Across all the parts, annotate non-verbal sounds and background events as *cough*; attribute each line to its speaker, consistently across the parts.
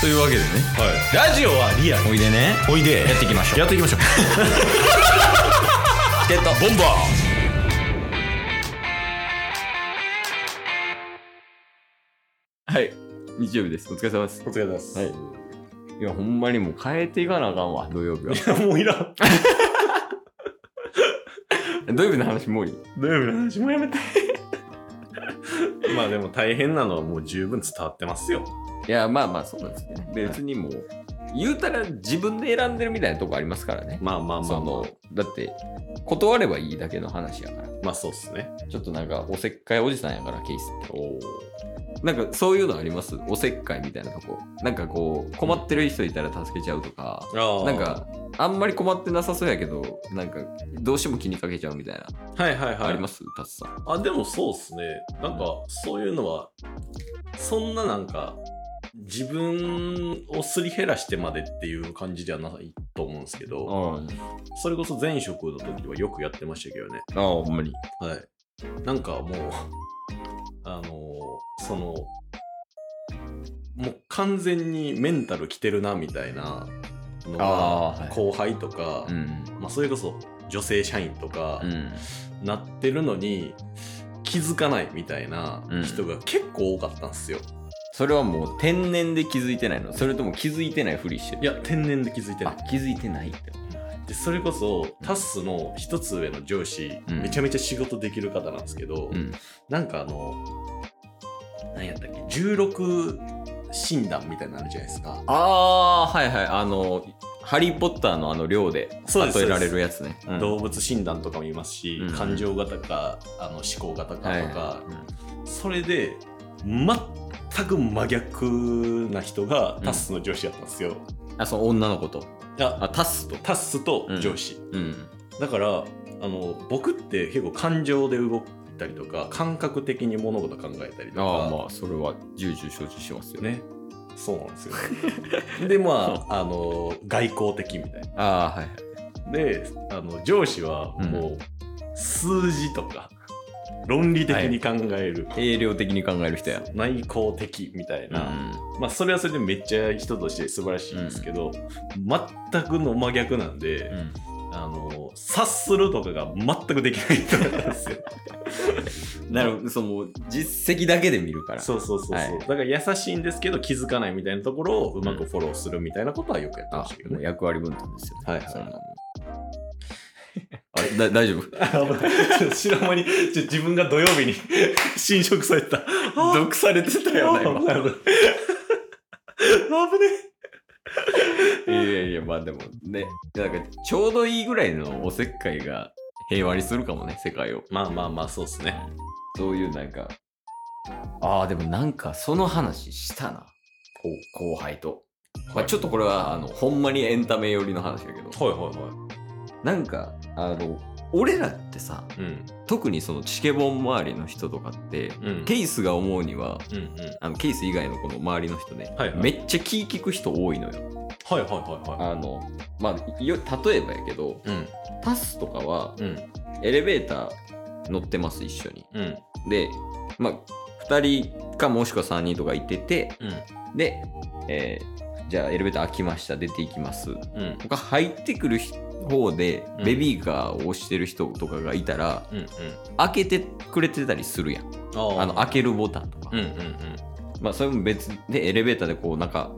Speaker 1: というわけでね
Speaker 2: ラジオはリアル
Speaker 1: おいでね
Speaker 2: おいで
Speaker 1: やっていきましょう
Speaker 2: やっていきましょう
Speaker 1: チケットボンバーはい日曜日ですお疲れ様です
Speaker 2: お疲れ様です、
Speaker 1: はいいやほんまにもう変えていかなあかんわ土曜 *laughs* 日は
Speaker 2: *laughs* もういらん
Speaker 1: 土曜日の話もういい
Speaker 2: 土曜日の話もうやめて *laughs* まあでも大変なのはもう十分伝わってますよ
Speaker 1: いやまあまあそうなんですねで別にもう言うたら自分で選んでるみたいなとこありますからね
Speaker 2: まあまあま
Speaker 1: そ
Speaker 2: あまあ
Speaker 1: のだって断ればいいだけの話やから
Speaker 2: まあそうっすね
Speaker 1: ちょっとなんかおせっかいおじさんやからケースって
Speaker 2: おお
Speaker 1: なんかそういうのありますおせっかいみたいなとこなんかこう困ってる人いたら助けちゃうとか
Speaker 2: あー
Speaker 1: なんかあんまり困ってなさそうやけどなんかどうしても気にかけちゃうみたいな、
Speaker 2: はいはいはい
Speaker 1: ありますタツさん
Speaker 2: あでもそうっすねなんかそういうのはそんななんか自分をすり減らしてまでっていう感じではないと思うんですけどそれこそ前職の時はよくやってましたけどね
Speaker 1: ああほんまに
Speaker 2: はいなんかもう *laughs* あのーそのもう完全にメンタルきてるなみたいなのが
Speaker 1: あーはい
Speaker 2: 後輩とか、
Speaker 1: うん
Speaker 2: まあ、それこそ女性社員とか、
Speaker 1: うん
Speaker 2: なってるのに気づかないみたいな人が結構多かったんですよ、
Speaker 1: それはもう天然で気づいてないのそれとも気づいてないふりしてる
Speaker 2: いや天然で気づいてな
Speaker 1: あ
Speaker 2: い
Speaker 1: 気づいてないって
Speaker 2: でそれこそタッスの一つ上の上司、
Speaker 1: うん
Speaker 2: めちゃめちゃ仕事できる方なんですけど、
Speaker 1: うん
Speaker 2: なんかあの何やったっけ16診断みたいになのあるじゃないですか
Speaker 1: ああーはいはいあの「ハリー・ポッター」のあの寮で
Speaker 2: そうです
Speaker 1: 例えられるやつね、うん
Speaker 2: 動物診断とかも言いますし、
Speaker 1: うん
Speaker 2: 感情型かあの思考型かとか、
Speaker 1: はいはいうん
Speaker 2: それで全く真逆な人がタッスの上司やったんですよ、
Speaker 1: あその女の子と
Speaker 2: いや
Speaker 1: あタスと
Speaker 2: タッスと上司、
Speaker 1: うん
Speaker 2: だからあの僕って結構感情で動いたりとか感覚的に物事考えたりとか
Speaker 1: ああまあそれは重々承知してますよ
Speaker 2: ねそうなんですよ、
Speaker 1: *laughs*
Speaker 2: ね、でまああの外交的みたい
Speaker 1: ああはい
Speaker 2: なであの上司は
Speaker 1: うん
Speaker 2: もう数字とか論理的に考える、
Speaker 1: 栄養的に考える人や
Speaker 2: 内向的みたいな、まあそれはそれでめっちゃ人として素晴らしいんですけど、全くの真逆なんで、
Speaker 1: うん
Speaker 2: あの察するとかが全くできない人なんで
Speaker 1: *laughs*
Speaker 2: すよ。
Speaker 1: なるほどその実績だけで見るから
Speaker 2: そうそうそうそう、
Speaker 1: はい
Speaker 2: だから優しいんですけど気づかないみたいなところをうまくフォローするみたいなことはよくやってま
Speaker 1: あ
Speaker 2: したけど
Speaker 1: もう
Speaker 2: ね。
Speaker 1: 役割分担ですよね
Speaker 2: はいはい
Speaker 1: そんなもんあれだ大丈夫
Speaker 2: あ危ないちょっと知らん間にちょ自分が土曜日に *laughs* 侵食された。
Speaker 1: 毒されてた
Speaker 2: だ
Speaker 1: よな
Speaker 2: 危な
Speaker 1: 今
Speaker 2: い危ない危ね
Speaker 1: *laughs* いやいやいやまあでもねなんかちょうどいいぐらいのおせっかいが平和にするかもね世界を
Speaker 2: まあまあまあそうですね。
Speaker 1: そういうなんかああでもなんかその話したな後輩と、まあ、ちょっとこれはあのほんまにエンタメ寄りの話だけど
Speaker 2: はいはいは
Speaker 1: なんかあの俺らってさ
Speaker 2: い。うん
Speaker 1: 特にそのチケボン周りの人とかって、
Speaker 2: うん
Speaker 1: ケイスが思うには
Speaker 2: うんうん。はい
Speaker 1: あのケイス以外のこの周りの人ね、
Speaker 2: はいはい
Speaker 1: めっちゃ気利く人多いのよ。
Speaker 2: はいはいは
Speaker 1: あのまあ、よ例えばやけど
Speaker 2: い。うん
Speaker 1: タスとかは
Speaker 2: うん
Speaker 1: エレベーター乗ってます一緒に。
Speaker 2: うん
Speaker 1: で、まあ、2人かもしくは3人とかいてて
Speaker 2: うん
Speaker 1: で、えーじゃあエレベーター開きました出ていきます
Speaker 2: うん
Speaker 1: 他入ってくる方で
Speaker 2: うん
Speaker 1: ベビーカーを押してる人とかがいたら、
Speaker 2: うんうん。
Speaker 1: 開けてくれてたりするやん
Speaker 2: あ
Speaker 1: あの開けるボタンとか、
Speaker 2: うんうんうん。
Speaker 1: まあそれも別でエレベーターでこうなんか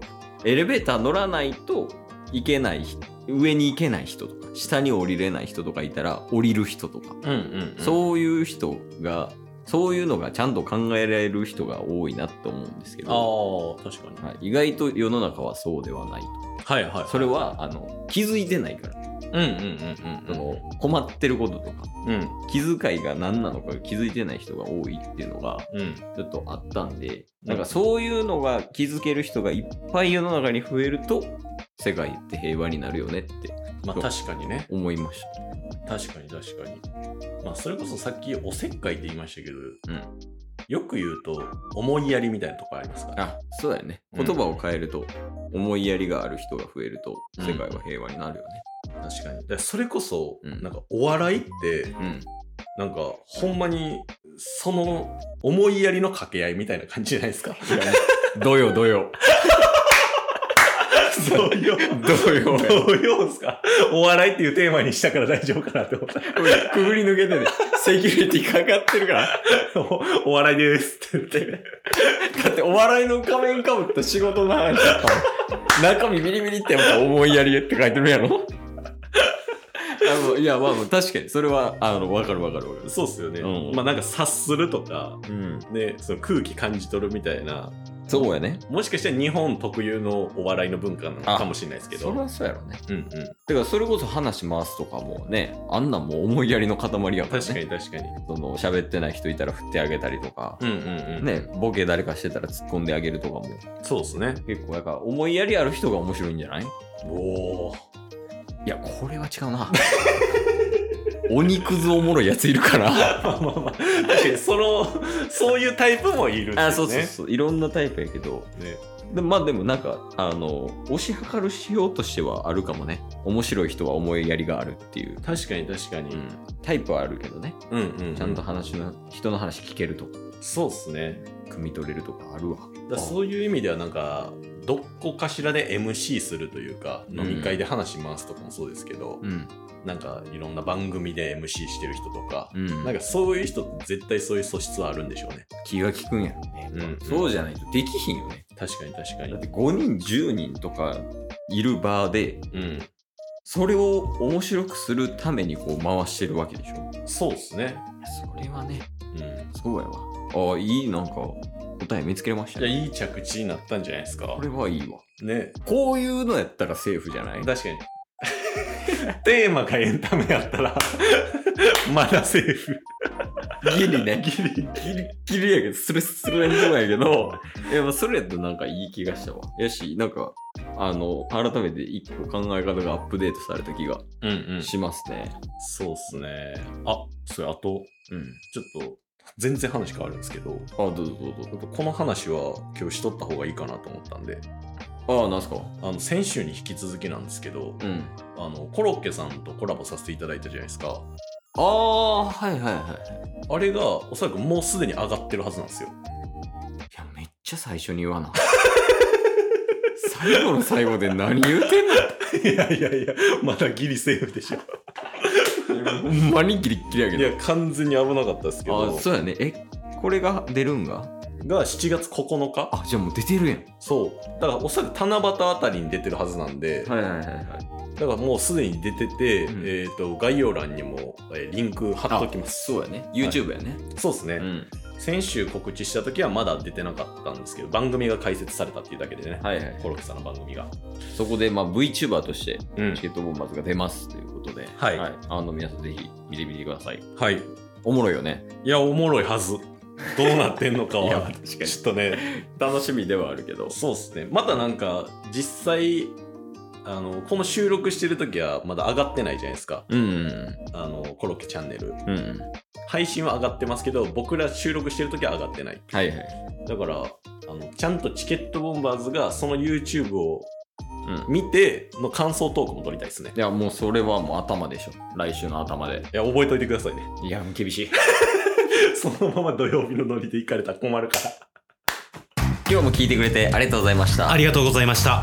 Speaker 1: エレベーター乗らないといけない人上に行けない人とか下に降りれない人とかいたら降りる人とか、
Speaker 2: うんうんうん。
Speaker 1: そういう人がそういうのがちゃんと考えられる人が多いなと思うんですけど、
Speaker 2: ああ、確かに。
Speaker 1: はい、意外と世の中はそうではないと
Speaker 2: はいはい。
Speaker 1: それはあの気づいてないから、
Speaker 2: うんうんう
Speaker 1: そ
Speaker 2: ん
Speaker 1: の困ってることとか
Speaker 2: うんうん
Speaker 1: 気遣いが何なのか気づいてない人が多いっていうのが
Speaker 2: うん
Speaker 1: ちょっとあったんで、
Speaker 2: うん
Speaker 1: なんかそういうのが気づける人がいっぱい世の中に増えると、世界って平和になるよねって
Speaker 2: まあ確かにね
Speaker 1: 思いまし
Speaker 2: 確かに確かにまあそれこそさっきおせっかいって言いましたけど、
Speaker 1: ん
Speaker 2: よく言うと思いやりみたいなとこありますか
Speaker 1: た。
Speaker 2: ら
Speaker 1: あ、そうだよね。
Speaker 2: うん
Speaker 1: 言葉を変えると、思いやりがある人が増えると、
Speaker 2: うん
Speaker 1: 世界は平和になるよね。
Speaker 2: 確かにだからそれこそ、
Speaker 1: うん
Speaker 2: なんかお笑いって
Speaker 1: うん。
Speaker 2: なんかほんまにその思いやりの掛け合いみたいな感じじゃないですか
Speaker 1: どよどよ。
Speaker 2: 同様。 *laughs*
Speaker 1: 同様や
Speaker 2: 同様ですかお笑いっていうテーマにしたから大丈夫かなって思った。
Speaker 1: くぐり抜けてね。セキュリティかかってるから。
Speaker 2: おお笑いですって言って。
Speaker 1: だってお笑いの仮面かぶった仕事の話だったもん中身ビリビリってやっぱ思いやりって書いてるやろあのいやまあまあ確かにそれはあのわかるわかるわかる
Speaker 2: そうっすよね。
Speaker 1: うん
Speaker 2: まあなんか察するとか、
Speaker 1: うん
Speaker 2: ね、その空気感じ取るみたいな、
Speaker 1: そうやね
Speaker 2: もしかしたら日本特有のお笑いの文化なのかもしれないですけど。
Speaker 1: それはそうやろね
Speaker 2: うんうん。
Speaker 1: てかそれこそ話回すとかもねあんなんもう思いやりの塊やから、ね、
Speaker 2: 確かに確かに。
Speaker 1: その喋ってない人いたら振ってあげたりとか
Speaker 2: う、んうんうん。
Speaker 1: ねボケ誰かしてたら突っ込んであげるとかも
Speaker 2: そうっすね。
Speaker 1: 結構やから思いやりある人が面白いんじゃないい
Speaker 2: おお。
Speaker 1: やこれは違うな *laughs* お肉ずおもろいやついるから
Speaker 2: まあまあまあ。 *laughs* 確かに、その、そういうタイプもいるんですよね。
Speaker 1: あそうそうそういろんなタイプやけど
Speaker 2: ね。
Speaker 1: でまあでもなんかあの推し量る指標としてはあるかもね面白い人は思いやりがあるっていう、
Speaker 2: 確かに確か
Speaker 1: う
Speaker 2: に。
Speaker 1: ん、タイプはあるけどね
Speaker 2: うん、うんうん
Speaker 1: ちゃんと話の、人の話聞けるとか
Speaker 2: そうっすね。
Speaker 1: 汲み取れるとかあるわ
Speaker 2: だからそういう意味ではなんかどっこかしらで MC するというか
Speaker 1: ん
Speaker 2: 飲み会で話しますとかもそうですけど、
Speaker 1: うん
Speaker 2: なんかいろんな番組で MC してる人とか、
Speaker 1: うん
Speaker 2: なんかそういう人って絶対そういう素質はあるんでしょうね
Speaker 1: 気が利くんやろね、
Speaker 2: うん
Speaker 1: そうじゃないとできひんよね
Speaker 2: 確かに確か
Speaker 1: だっ
Speaker 2: に
Speaker 1: て5人10人とかいるバーで
Speaker 2: うん
Speaker 1: それを面白くするためにこう回してるわけでしょ
Speaker 2: そうっすね
Speaker 1: それはね
Speaker 2: うん
Speaker 1: そうやわあいいなんか答え見つけれました
Speaker 2: いや
Speaker 1: ね
Speaker 2: いい着地になったんじゃないですか
Speaker 1: これはいいわ
Speaker 2: ね
Speaker 1: こういうのやったらセーフじゃない
Speaker 2: 確かに *laughs* テーマがエンタメやったら *laughs* まだセーフ
Speaker 1: ギリね、ギリ、ギリ、ギリやけど、スレスレのやけ *laughs* ど、いや、まあ、それやとなんかいい気がしたわ。やし、なんか、あの、改めて一個考え方がアップデートされた気が
Speaker 2: うんうん
Speaker 1: しますね。
Speaker 2: そうっすねあそれあと
Speaker 1: うん。
Speaker 2: ちょっと全然話変わるんですけど
Speaker 1: あ、どうぞどう
Speaker 2: ちょっとこの話は今日しとった方がいいかなと思ったんで
Speaker 1: ぞ。あ、なんすか
Speaker 2: あの先週に引き続きなんですけど、
Speaker 1: うん。
Speaker 2: あのコロッケさんとコラボさせていただいたじゃないですか
Speaker 1: ああ、はいはいはい。
Speaker 2: あれがおそらくもうすでに上がってるはずなんですよ *laughs*
Speaker 1: いや、めっちゃ最初に言わな。 *laughs* 最後の最後で何言うてんの
Speaker 2: いやいやいやまだギリセーフでしょ
Speaker 1: ほんまにギリッギリやけ
Speaker 2: い
Speaker 1: ど。
Speaker 2: や完全に危なかったですけど
Speaker 1: あ、そうやね。え、これが出るんが
Speaker 2: が7月9日
Speaker 1: あ、じゃあもう出てるやん。
Speaker 2: そうだからおそらく七夕あたりに出てるはずなんで、
Speaker 1: はいはいはいはい。
Speaker 2: だからもうすでに出てて、
Speaker 1: うん
Speaker 2: えっと概要欄にも、えーリンク貼っときます
Speaker 1: そうやね。YouTube やね。
Speaker 2: そうですね、
Speaker 1: うん。
Speaker 2: 先週告知した時はまだ出てなかったんですけど番組が開設されたっていうだけでね、
Speaker 1: はいはい。
Speaker 2: コロッケさんの番組が、
Speaker 1: そこで、まあ、VTuber として、
Speaker 2: うん
Speaker 1: チケットボンバーズが出ますということで、
Speaker 2: はい
Speaker 1: あの、皆さんぜひ見てみてください。
Speaker 2: はいい
Speaker 1: おもろいよね。
Speaker 2: やおもろいはずどうなってんのか
Speaker 1: *laughs* いや
Speaker 2: は
Speaker 1: 確かに
Speaker 2: ちょっとね
Speaker 1: 楽しみではあるけど
Speaker 2: そうっすねまたなんか実際あのこの収録してる時はまだ上がってないじゃないですか
Speaker 1: うんうん
Speaker 2: あのコロッケチャンネル
Speaker 1: うん。うんうん。
Speaker 2: 配信は上がってますけど僕ら収録してる時は上がってない
Speaker 1: はいはい。
Speaker 2: だからあのちゃんとチケットボンバーズがその YouTube を
Speaker 1: うん。
Speaker 2: 見ての感想トークも撮りたいですね
Speaker 1: いや、もうそれはもう頭でしょ。来週の頭で。
Speaker 2: いや覚えといてくださいね *laughs*
Speaker 1: いや、厳しい。
Speaker 2: そのまま土曜日のノリで行かれたら困るから。
Speaker 1: 今日も聞いてくれてありがとうございました。
Speaker 3: ありがとうございました。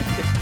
Speaker 3: す